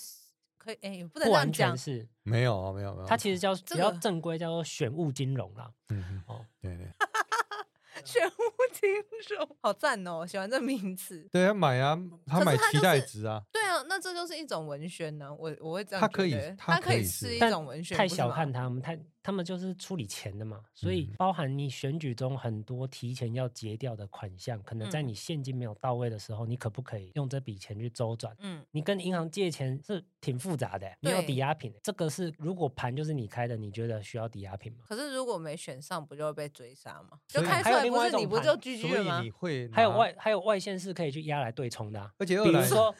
可以，哎、不能
不
这
完
样
全
讲，
是。
没有啊，没有没有，
它其实叫
这
比较
个
正规，叫做选务金融啦。
嗯哼，
哦，
对对
全无金融，好赞哦，喜欢这名词。
对，他买啊，他
可
买
是它
期
就
待
是
值啊，
对啊，那这就是一种文宣呢、我我会这样
它
觉
可以
得
它
它
可
可
以
以
是
是一
但
种文宣，
太
不是
小
吗
看他们，太他们就是处理钱的嘛，所以
嗯
包含你选举中很多提前要结掉的款项，可能在
嗯
你现金没有到位的时候，你可不可以用这笔钱去周转？
嗯，
你跟银行借钱是挺复杂的欸，你有
对
抵押品欸，这个是如果盘就是你开的，你觉得需要抵押品吗？
可是如果没选上，不就会被追杀吗？
所
就
以
开出
还有
来
另
不
外一
是你
种
不
盘
就拒
所
绝
以
吗
你？会
还有
拿，
外还有外线是可以去压来对冲的啊、
而且
比
二
如
来
说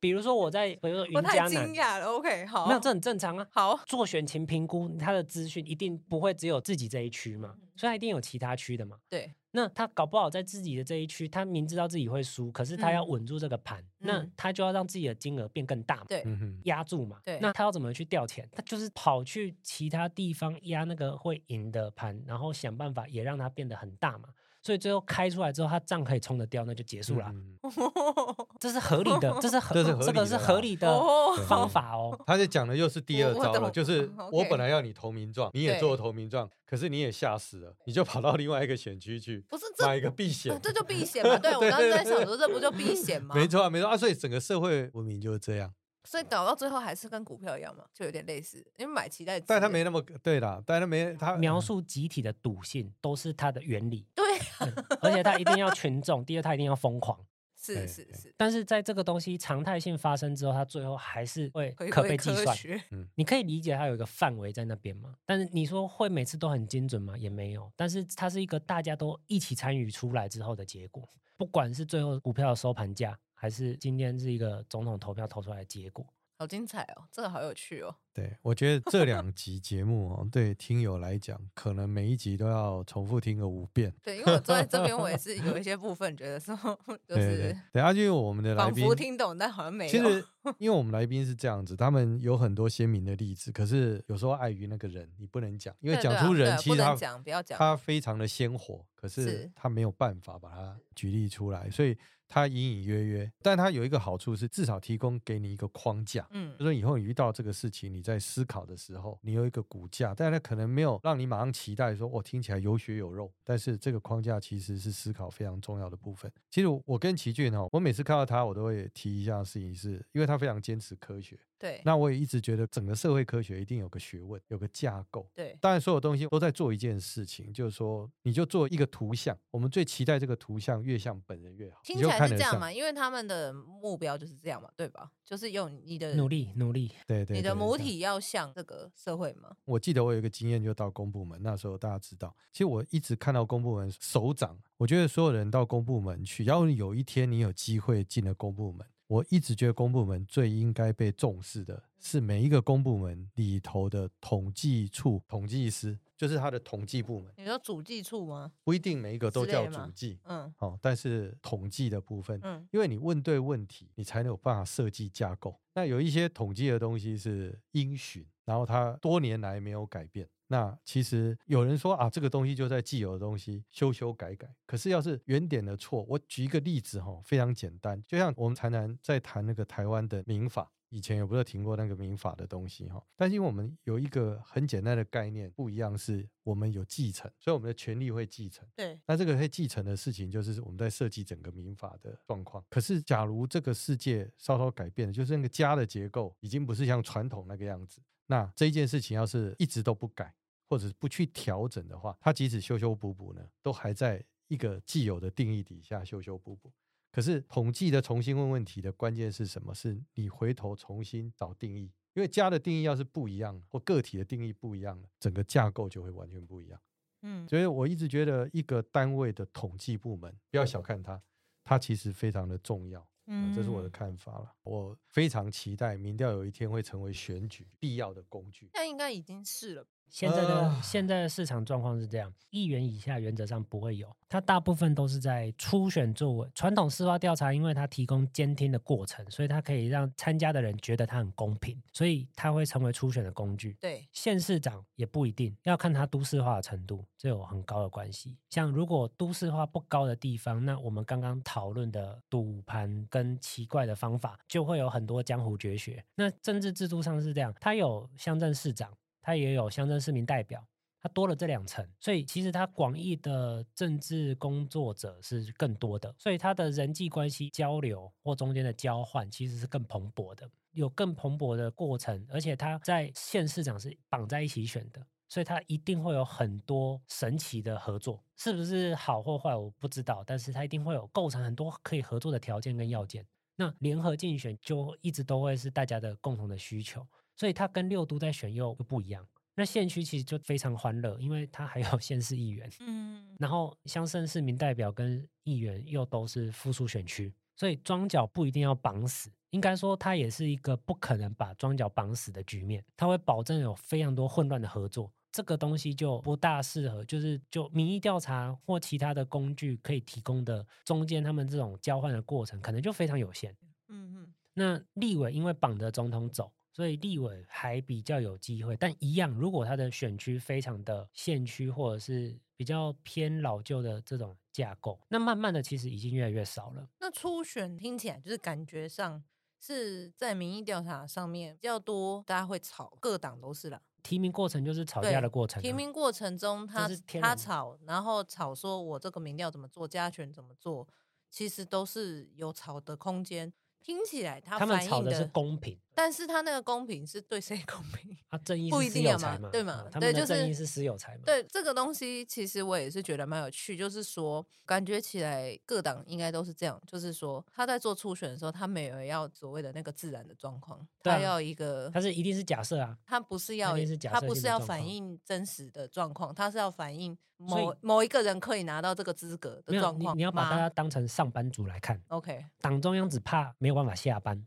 比如说我在比如说
我
云
太
嘉
惊
南，
讶了。OK，好，
没有这很正常啊。
好，
做选情评估，他的资讯一定不会只有自己这一区嘛，
嗯
所以他一定有其他区的嘛。
对，
那他搞不好在自己的这一区，他明知道自己会输，可是他要
嗯
稳住这个盘，那
嗯
他就要让自己的金额变更大嘛，
对
嗯哼，
压住嘛。
对
那他要怎么去调钱？他就是跑去其他地方压那个会赢的盘，然后想办法也让它变得很大嘛。所以最后开出来之后，他账可以冲得掉，那就结束了啊。
嗯
这是合理的，这是合
这是合
这个
理
是
的啦
合理的
哦
方法哦。
他在讲的又是第
我
二
我
招了，
懂
就是
嗯
我本
，OK
来要你投名状，你也做
对
投名状，可是你也吓死了，你就跑到另外一个选区去
不是 这
买一个避险
呃，这就避险嘛？对，我刚刚在想说，这不就避险吗？
没错啊，没错啊，所以整个社会文明就是这样，
所以搞到最后还是跟股票一样嘛，就有点类似，因为买期待值，
但他没那么对啦，但他没他
描述集体的赌性都是它的原理，
对，啊
嗯而且它一定要群众，第二它一定要疯狂。
对
是是
对
是，
但是在这个东西常态性发生之后，它最后还是会
回
可
归
被计
科
算。
学，
你可以理解它有一个范围在那边嘛？但是你说会每次都很精准吗？也没有。但是它是一个大家都一起参与出来之后的结果，不管是最后股票的收盘价，还是今天是一个总统投票投出来的结果。
好精彩哦，这个好有趣哦，
对，我觉得这两集节目哦，对听友来讲，可能每一集都要重复听个五遍。
对，因 为我坐在这边，我也是有一些部分觉得说，就
对对对
是，
对啊，因为我们的来
仿
宾
佛听懂，但好像没
其
有
实，因为我们来宾是这样子，他们有很多鲜明的例子，可是有时候碍于那个人，你不能讲，因为
对
讲
对啊
出
对
人，
啊
其
不
实
能
他
讲不要讲
他非常的鲜活，可是
是
他没有办法把它举例出来，所以他隐隐约约，但他有一个好处是，至少提供给你一个框架。
嗯
就，是以后你遇到这个事情，你在思考的时候，你有一个骨架，但它可能没有让你马上期待说，哦，听起来有血有肉。但是这个框架其实是思考非常重要的部分。其实我我跟齐俊哦哈，我每次看到他，我都会提一下的事情是，因为他非常坚持科学。
对
那我也一直觉得，整个社会科学一定有个学问，有个架构。
对，
当然，所有东西都在做一件事情，就是说，你就做一个图像。我们最期待这个图像越像本人越好，
听
你
起
就
来
看
是
得
这样
上
嘛，因为他们的目标就是这样嘛，对吧？就是用你的
努力努力，
对对，
你的
对
母
对
体要向这个社会嘛，
我记得我有一个经验，就到公部门，那时候大家知道，其实我一直看到公部门首长，我觉得所有人到公部门去，然后有一天你有机会进了公部门，我一直觉得公部门最应该被重视的是每一个公部门里头的统计处统计师，就是他的统计部门，
你说主计处吗？
不一定每一个都
之类
叫
的
主
吗
计
嗯
哦，但是统计的部分，
嗯，
因为你问对问题，你才能有办法设计架构。那有一些统计的东西是因循，然后它多年来没有改变。那其实有人说啊，这个东西就在既有的东西修修改改。可是要是原点的错，我举一个例子哈、非常简单，就像我们常常在谈那个台湾的民法。以前有不是听过那个民法的东西哈、但是因为我们有一个很简单的概念不一样，是我们有继承，所以我们的权利会继承。
对，
那这个会继承的事情，就是我们在设计整个民法的状况。可是，假如这个世界稍稍改变了，就是那个家的结构已经不是像传统那个样子，那这件事情要是一直都不改，或者是不去调整的话，它即使修修补补呢，都还在一个既有的定义底下修修补补。可是统计的重新问问题的关键是什么？是你回头重新找定义，因为家的定义要是不一样，或个体的定义不一样了，整个架构就会完全不一样。
嗯，
所以我一直觉得一个单位的统计部门，不要小看它，它其实非常的重要。嗯，这是我的
嗯
看法了。我非常期待民调有一天会成为选举必要的工具。
那应该已经是了吧。
现在的、
啊
现在的市场状况是这样，一元以下原则上不会有，它大部分都是在初选作为传统司法调查，因为它提供监听的过程，所以它可以让参加的人觉得它很公平，所以它会成为初选的工具。
对，
县市长也不一定要看它都市化的程度，这有很高的关系。像如果都市化不高的地方，那我们刚刚讨论的赌盘跟奇怪的方法，就会有很多江湖绝学。那政治制度上是这样，它有乡镇市长，它也有乡镇市民代表。它多了这两层，所以其实它广义的政治工作者是更多的，所以它的人际关系交流或中间的交换其实是更蓬勃的，有更蓬勃的过程，而且它在县市长是绑在一起选的。所以它一定会有很多神奇的合作，是不是好或坏我不知道，但是它一定会有构成很多可以合作的条件跟要件。那联合竞选就一直都会是大家的共同的需求，所以它跟六都在选又不一样。那县区其实就非常欢乐，因为它还有 县市议员，
嗯，
然后乡镇市民代表跟议员又都是附属选区，所以庄脚不一定要绑死，应该说它也是一个不可能把庄脚绑死的局面，它会保证有非常多混乱的合作。这个东西就不大适合，就是就民意调查或其他的工具可以提供的中间他们这种交换的过程，可能就非常有限。
嗯嗯，
那立委因为绑着总统走，所以立委还比较有机会。但一样，如果他的选区非常的县区或者是比较偏老旧的这种架构，那慢慢的其实已经越来越少了。
那初选听起来就是感觉上是在民意调查上面比较多，大家会吵，各党都是啦。
提名过程就是吵架
对
的过程、啊，
提名过程中他
是天
他
然的
吵，然后吵说我这个民调怎么做，加权怎么做，其实都是有吵的空间。听起来他
他们
反
吵
映
的是公平
但是他那个公平是对谁公平？
啊，正义
不
是
一
私
定
有
要嘛
财嘛，
对
啊
嘛
他
对
们的
就
正义
是
是私有财嘛，
对这个东西，其实我也是觉得蛮有趣，就是说，感觉起来各党应该都是这样，就是说他在做初选的时候，他没有要所谓的那个自然的状况，
对
他
啊
要一个
它，是一定是假设啊，
他不是要
定是假
他
设
不
性
是
的
要
状
反
况
映真实的状况，他是要反映
所以
某某一个人可以拿到这个资格
没
的
有
状
你
况吗。
你要把大家当成上班族来看，
OK，
党中央只怕没有办法 下班，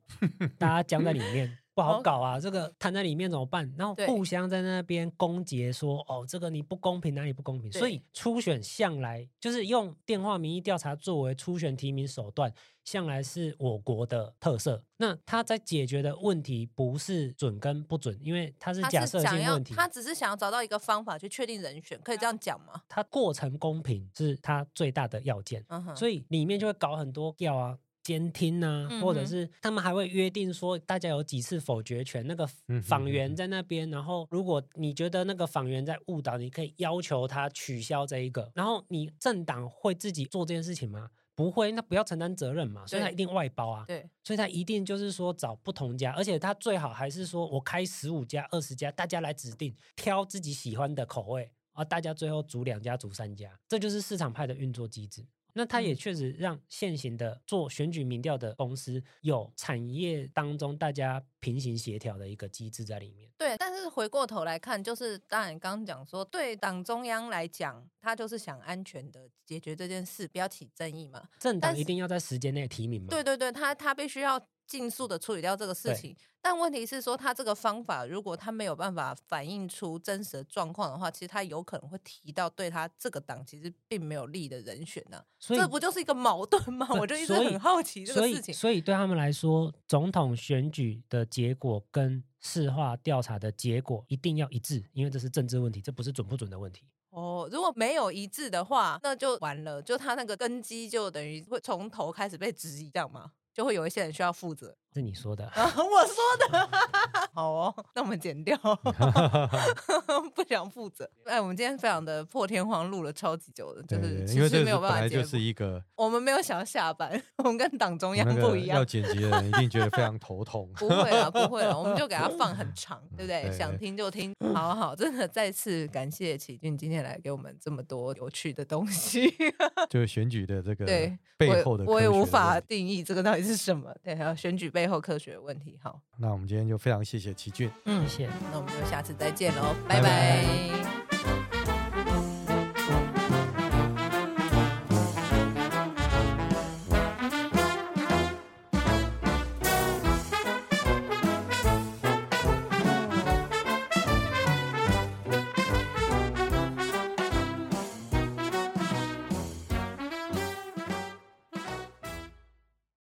大家僵在里面。不好
哦
搞啊！这个摊在里面怎么办？然后
对
互相在那边攻讦说：“哦，这个你不公平，哪里不公平？”所
对
以初选向来就是用电话民意调查作为初选提名手段，向来是我国的特色。那他在解决的问题不是准跟不准，因为它是
他
假
是
设
想
性
要
问题。
他只是想要找到一个方法去确定人选，可以这样讲吗？
它过程公平是它最大的要件。
嗯哼，
所
以
以里面就会搞很多调啊、监听啊，
嗯
或
哼
者是他们还会约定说大家有几次否决权，那个
嗯哼
访
哼
员
哼
在那边，然后如果你觉得那个访员在误导，你可以要求他取消这一个。然后你政党会自己做这件事情吗？不会，那不要承担责任嘛，所以他
对
一定外包啊，
对，
所以他一定就是说找不同家，而且他最好还是说我开十五家、二十家，大家来指定，挑自己喜欢的口味啊，大家最后组两家、组三家，这就是市场派的运作机制。那它也
嗯
确实让现行的做选举民调的公司有产业当中大家平行协调的一个机制在里面。
对，但是回过头来看，就是当然刚刚讲说，对党中央来讲，他就是想安全的解决这件事，不要起争议嘛。
政
但
党一
是
定要在时间内提名嘛？
对对对，他他必须要尽速的处理掉这个事
嗯对
情。但问题是说，他这个方法如果他没有办法反映出真实的状况的话，其实他有可能会提到对他这个党其实并没有利的人选呢、
所以
这不就是一个矛盾吗？
对
我就一直
所以
很好奇这
所
个事
以
情。
所以对他们来说，总统选举的结果跟市话调查的结果一定要一致，因为这是政治问题，这不是准不准的问题。
哦，如果没有一致的话，那就完了，就他那个根基就等于会从头开始被质疑，这样吗？就会有一些人需要负责。
是你说的，
啊，我说的，好哦，那我们剪掉， 不想负责。哎，我们今天非常的破天荒，录了超级久的，就
对
是
对，
其
因为
实
这
没有
是本
办法
来
结
就
束
是。一个
我们没有想要下班，我们跟党中
我
央
那
不
个
一
要
样。
剪辑的人一定觉得非常头痛。
不会啊，不会啊，我们就给 它放很长，对不对？
对
想听就听，好好，真的再次感谢启俊今天来给我们这么多有趣的东西。
就是选举的这个
对
背后的
我，我也
科学
无
的
法
问题
定义这个到底是什么。对，还有选举背后科学的问题。好，
那我们今天就非常谢谢齐俊。
嗯
谢，谢。
那我们就下次再见喽，拜
拜拜
拜